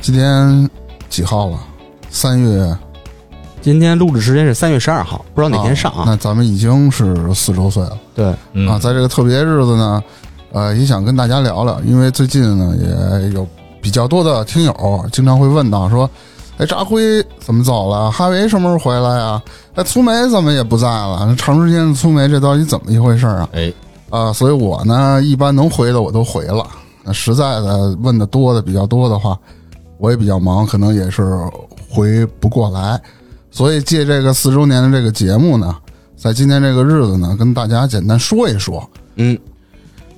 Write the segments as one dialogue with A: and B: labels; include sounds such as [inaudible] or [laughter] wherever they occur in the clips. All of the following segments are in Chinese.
A: 今天几号了？三月
B: 今天录制时间是三月十二号，不知道哪天上啊？
A: 那咱们已经是四周岁了、
B: 对，
C: 嗯
A: 啊！在这个特别日子呢，呃，也想跟大家聊聊，因为最近呢也有比较多的听友经常会问到说，哎，扎辉怎么走了？哈维什么时候回来啊？哎，粗梅怎么也不在了？长时间的粗梅，这到底怎么一回事儿啊？
C: 哎，
A: 啊，所以我呢，一般能回的我都回了。那实在的问的多的比较多的话，我也比较忙，可能也是回不过来。所以借这个四周年的这个节目呢，在今天这个日子呢，跟大家简单说一说。
B: 嗯，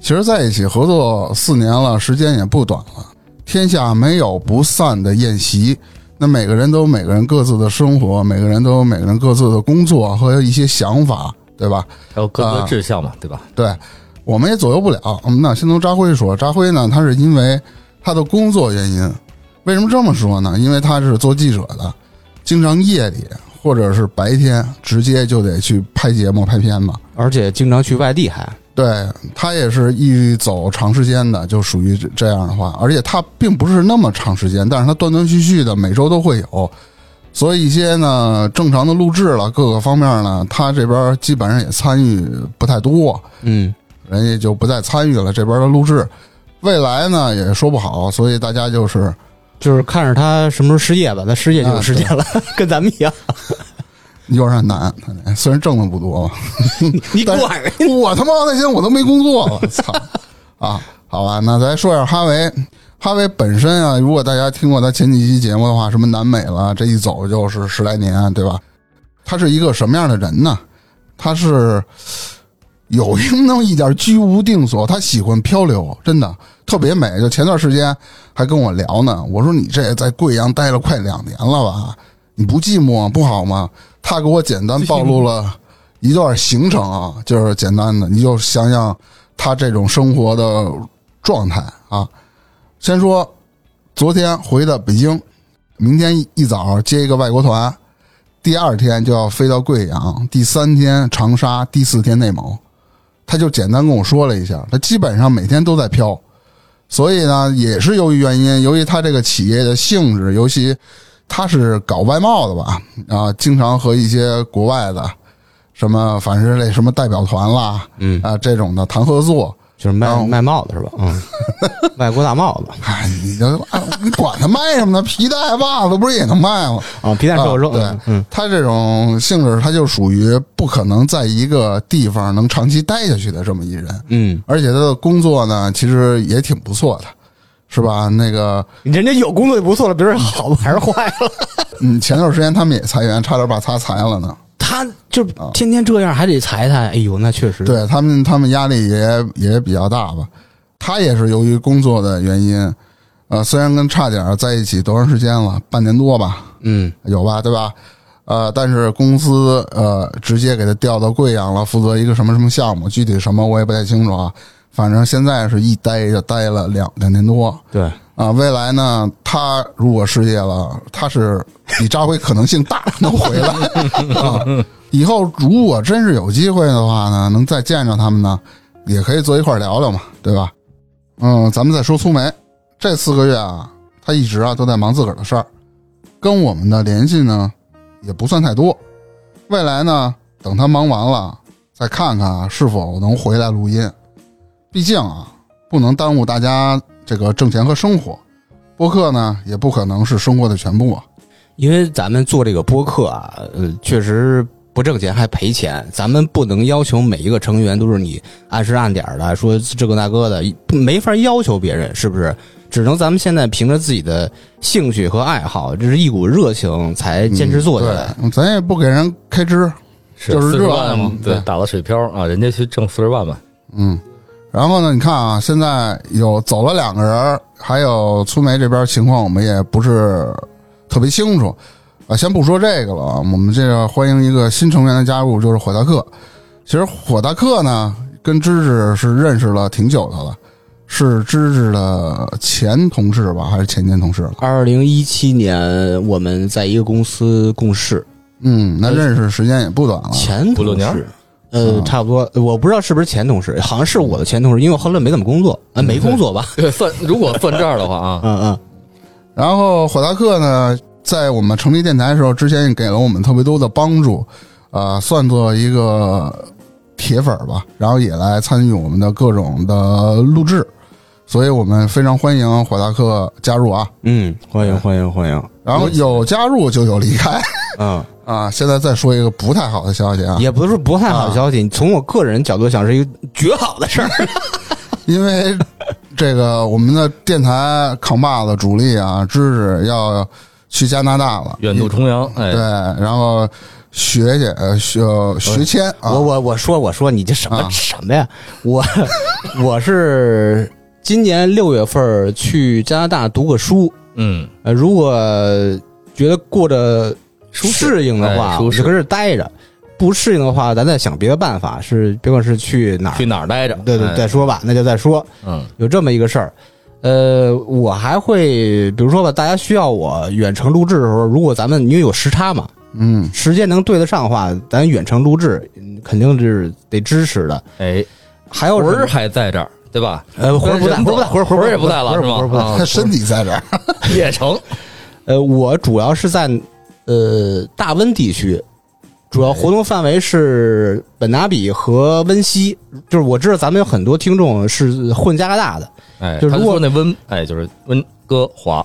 A: 其实在一起合作四年了，时间也不短了。天下没有不散的宴席，那每个人都有每个人各自的生活，每个人都有每个人各自的工作和一些想法，对吧？
C: 还有各
B: 啊
C: 个志向嘛，对吧？
A: 对，我们也左右不了。嗯，那先从扎辉说，扎辉呢，他是因为他的工作原因，为什么这么说呢？因为他是做记者的，经常夜里或者是白天直接就得去拍节目、拍片子。
B: 而且经常去外地还，
A: 对他也是一走长时间的，就属于这这样的话，而且他并不是那么长时间，但是他断断续续的每周都会有，所以一些呢正常的录制了各个方面呢，他这边基本上也参与不太多，
B: 嗯，
A: 人家就不再参与了这边的录制。未来呢也说不好，所以大家就是
B: 就是看着他什么时候失业吧，他失业就有时间了， [laughs] 跟咱们一样。
A: 有点难。虽然挣的不多吧，
B: 你
A: 但是
B: 管人，
A: [laughs] 我他妈那些我都没工作，我操 [laughs] 啊！好吧，那咱说一下哈维。哈维本身啊，如果大家听过他前几期节目的话，什么南美了，这一走就是十来年，对吧？他是一个什么样的人呢？他是有那么一点居无定所，他喜欢漂流，真的特别美。就前段时间还跟我聊呢，我说你这在贵阳待了快两年了吧？你不寂寞不好吗？他给我简单暴露了一段行程啊，就是简单的，你就想想他这种生活的状态啊。先说昨天回的北京，明天一早接一个外国团，第二天就要飞到贵阳，第三天长沙，第四天内蒙。他就简单跟我说了一下，他基本上每天都在飘，所以呢，也是由于原因，由于他这个企业的性质，尤其他是搞外贸的吧，啊，经常和一些国外的什么，反正那什么代表团啦，
B: 嗯，
A: 啊这种的谈合作，
B: 就是卖、
A: 哦
B: 卖帽子是吧？嗯，外国大帽子
A: 哎，你就哎你管他卖什么呢？皮带、袜子不是也能卖吗？
B: 啊，皮蛋瘦肉
A: 啊
B: 肉，嗯，
A: 他这种性质，他就属于不可能在一个地方能长期待下去的这么一人。
B: 嗯，
A: 而且他的工作呢，其实也挺不错的，是吧？那个，
B: 人家有工作就不错了，别人好还是坏了，
A: 嗯，前段时间他们也裁员，差点把他裁了呢。
B: 他就哦天天这样还得裁他，哎呦，那确实，
A: 对他们，他们压力也也比较大吧。他也是由于工作的原因，呃，虽然跟差点儿在一起多长时间了，半年多吧，
B: 嗯，
A: 有吧，对吧？呃，但是公司呃直接给他调到贵阳了，负责一个什么什么项目，具体什么我也不太清楚啊。反正现在是一待就待了两两年多
B: 对，
A: 啊。未来呢，他如果失业了，他是比扎辉可能性大，能回来啊。以后如果真是有机会的话呢，能再见着他们呢，也可以坐一块儿聊聊嘛，对吧？嗯，咱们再说粗梅，这四个月啊，他一直啊都在忙自个儿的事儿，跟我们的联系呢也不算太多。未来呢，等他忙完了，再看看啊是否能回来录音。毕竟啊，不能耽误大家这个挣钱和生活。播客呢，也不可能是生活的全部啊。
B: 因为咱们做这个播客啊，呃，确实不挣钱还赔钱，咱们不能要求每一个成员都是你按时按点儿的，说这个那个的，没法要求别人，是不是？只能咱们现在凭着自己的兴趣和爱好，这是一股热情才坚持做下来。
A: 嗯对，咱也不给人开支。
C: 是
A: 就是
C: 四十
A: 热爱
C: 万
A: 嘛
C: 嘛，
A: 对
C: 对，打了水漂啊，人家去挣四十万嘛，
A: 嗯，然后呢，你看啊，现在有走了两个人，还有粗梅这边情况，我们也不是特别清楚啊。先不说这个了啊，我们这个欢迎一个新成员的加入，就是火大克。其实火大克呢，跟芝芝是认识了挺久的了，是芝芝的前同事吧，还是前前同事了？
B: 二零一七年我们在一个公司共事，啊
A: 嗯，那认识时间也不短了。
B: 前
C: 五六
B: 同
C: 年
B: 事，呃，
A: 嗯
B: 差不多，我不知道是不是前同事，好像是我的前同事，因为我后来没怎么工作，啊，没工作吧？ [laughs]
C: 对，算如果算这样的话 [laughs] 啊，
B: 嗯嗯，
A: 然后火大克呢，在我们成立电台的时候，之前也给了我们特别多的帮助，呃，算作一个铁粉儿吧，然后也来参与我们的各种的录制，所以我们非常欢迎火大克加入啊。
B: 嗯，欢迎欢迎欢迎，
A: 然后有加入就有离开
B: 嗯，
A: 啊！现在再说一个不太好的消息啊，
B: 也不是不太好消
C: 啊
B: 息，你从我个人角度想是一个绝好的事儿，
A: 因为这个我们的电台扛把子主力啊，芝芝要去加拿大了，
C: 远渡重洋，哎
A: 对，，然后学姐呃学学签啊，
B: 我我我说我说你这什么、
A: 啊
B: 什么呀？我 [laughs] 我是今年六月份儿去加拿大读个书，
C: 嗯，
B: 呃，如果觉得过着适应的
C: 哎
B: 话，
C: 舒
B: 我就
C: 适
B: 跟这儿待着；不适应的话，咱再想别的办法，是别管是去哪儿，
C: 去哪儿待着？
B: 对对，
C: 哎
B: 再，说吧，那就再说。
C: 嗯，
B: 有这么一个事儿。呃，我还会，比如说吧，大家需要我远程录制的时候，如果咱们因为有时差嘛，
A: 嗯
B: 时间能对得上的话，咱远程录制嗯肯定是得支持的。
C: 哎，
B: 还有
C: 魂
B: 什么
C: 儿还在这儿，对吧？
B: 呃，魂儿不在，
C: 人
B: 魂儿不在，魂
C: 走
B: 儿
C: 魂儿也不在了
B: 魂儿
C: 是吗
B: 魂儿不在。
C: 啊
A: 他身体在这儿，
C: [laughs]
B: [laughs]
C: 也成，
B: 呃，我主要是在呃大温地区，主要活动范围是本拿比和温西。就是我知道咱们有很多听众是混加拿大的，
C: 哎，
B: 就如
C: 他
B: 果
C: 说那温，哎，就是温哥华，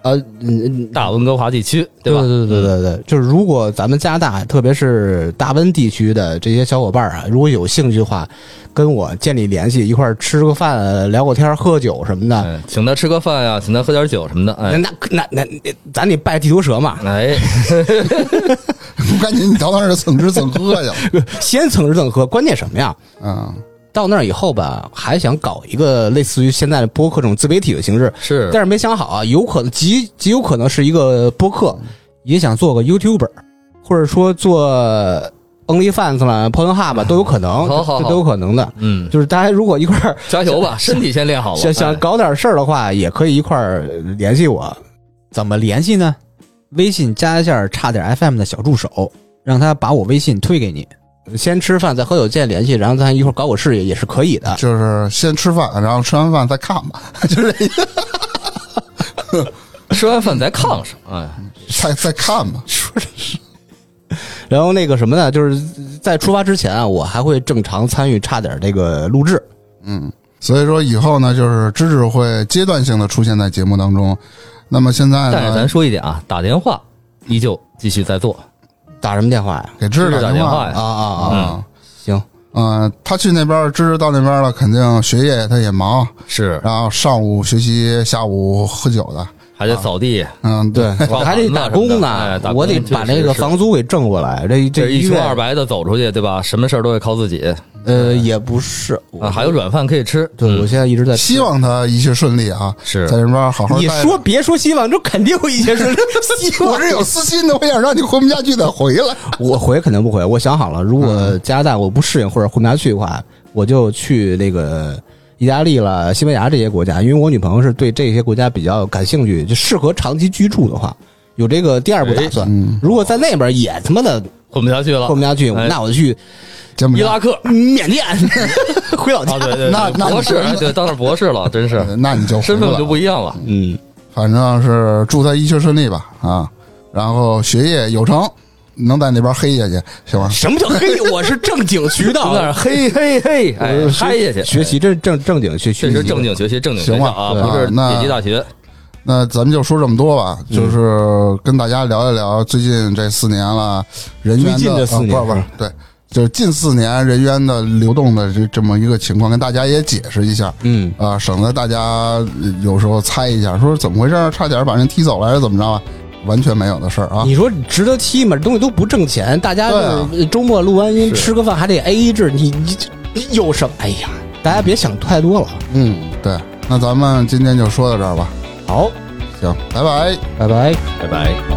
B: 呃，嗯
C: 大温哥华地区，
B: 对
C: 吧？嗯
B: 对对对对，就是如果咱们加拿大，特别是大温地区的这些小伙伴儿啊，如果有兴趣的话，跟我建立联系，一块儿吃个饭、聊个天儿、喝酒什么的。
C: 哎，请他吃个饭呀，请他喝点酒什么的，
B: 那
C: 哎，
B: 那那那，咱得拜地头蛇嘛， [laughs]
C: 哎，
A: 我感觉你到那儿蹭吃蹭喝去了。
B: 先蹭吃蹭喝。关键什么呀？
A: 嗯，
B: 到那儿以后吧，还想搞一个类似于现在的播客这种自媒体的形式，
C: 是
B: 但，是没想好啊，有可能极极有可能是一个播客，也想做个 YouTuber，或者说做 OnlyFans 啦、Pornhub 吧，都有可能，
C: 嗯好好
B: 这
C: 好
B: 都有可能的。
C: 嗯，
B: 就是大家如果一块儿
C: 加油吧，身体先练好了。
B: 想想
C: 哎
B: 搞点事儿的话，也可以一块儿联系我。
D: 怎么联系呢？微信加一下差点 FM 的小助手，让他把我微信推给你。
B: 先吃饭，再喝酒，再联系，然后咱一块儿搞搞事业也是可以的。
A: 就是先吃饭，然后吃完饭再看吧，就是这意思
C: [laughs] 吃完饭在炕上，哎，
A: 嗯再再看吧。
B: 然后那个什么呢，就是在出发之前啊，我还会正常参与差点这个录制。
A: 所以说以后呢，就是芝芝会阶段性的出现在节目当中。那么现在
C: 但是咱
A: 呢，
C: 说一点啊，打电话依旧继续在做，
B: 打什么电话呀？
A: 给芝芝
C: 打
A: 电
C: 电
A: 话
C: 话呀
B: 啊啊啊！
A: 啊。
B: 行，
A: 嗯，他去那边，芝芝到那边了，肯定学业他也忙，
C: 是
A: 然后上午学习，下午喝酒的。
C: 还得扫地，
A: 嗯，
B: 对，
C: 房
B: 我还得
C: 子
B: 打
C: 什么
B: 工
C: 的
B: 呢
C: 哎打，工
B: 我得
C: 确
B: 把
C: 实
B: 那个
C: 是
B: 房租给挣过来。这
C: 这
B: 一
C: 一
B: 月
C: 穷二白的走出去，对吧？什么事儿都得靠自己
B: 呃，也不是，我
C: 啊，还有软饭可以吃。嗯
B: 对我现在一直在
A: 希望他一切顺利啊，
C: 是
A: 在那边好好
B: 你
A: 待着
B: 说别说希望，这肯定会一 [laughs] 些事。希望
A: 我是有私心的，我想让你混不下去再回来。
B: 我回肯定不回，我想好了，如果加拿大我不适应或者混不下去的话，我就去那个意大利了、西班牙这些国家，因为我女朋友是对这些国家比较感兴趣，就适合长期居住的话，有这个第二步打算。如果在那边也他妈的
C: 混不下去了，
B: 混不下去，
C: 哎
B: 那我就去
A: 柬埔
C: 伊
A: 寨
C: 拉克
B: 缅 [laughs] 甸回老
C: 啊，
B: 家。
C: 对对，
A: [laughs] 那
C: 对
A: 那
C: 博士，哎对，当上博士了，真是
A: 呃 [laughs] 那你就
C: 嗯身
A: 回
C: 份
A: 来
C: 就不一样了。
B: 嗯，
A: 反正是祝他一切顺利吧啊，然后学业有成，能在那边黑下去行吗？
B: 什么叫黑？我是正经渠 [laughs]
C: 有点
B: 道。
C: 嘿嘿嘿，哎，嗨下去，
B: 学习这正正经去
C: 确
B: 学
C: 实
B: 习，
C: 正经学习，正经
A: 行
C: 学校
A: 吧
C: 啊，
A: 对啊
C: 不是
A: 那
C: 野鸡大学。
A: 那咱们就说这么多吧，就是跟大家聊一聊最近这四年了，人员
B: 最近
A: 的
B: 的四年
A: 啊、不是不是对，就是近四年人员的流动的这这么一个情况，跟大家也解释一下。
B: 嗯，
A: 啊，省得大家呃有时候猜一下，说怎么回事儿，差点把人踢走了，还是怎么着啊？完全没有的事儿啊！
B: 你说值得踢吗？这东西都不挣钱，大家就是周末录完音
C: 是
B: 吃个饭还得 A A 制，你你你有什么？哎呀，大家别想太多了。啊
A: 嗯，对，那咱们今天就说到这儿吧。
B: 好，
A: 行，拜拜。
B: 拜拜。
C: 拜拜。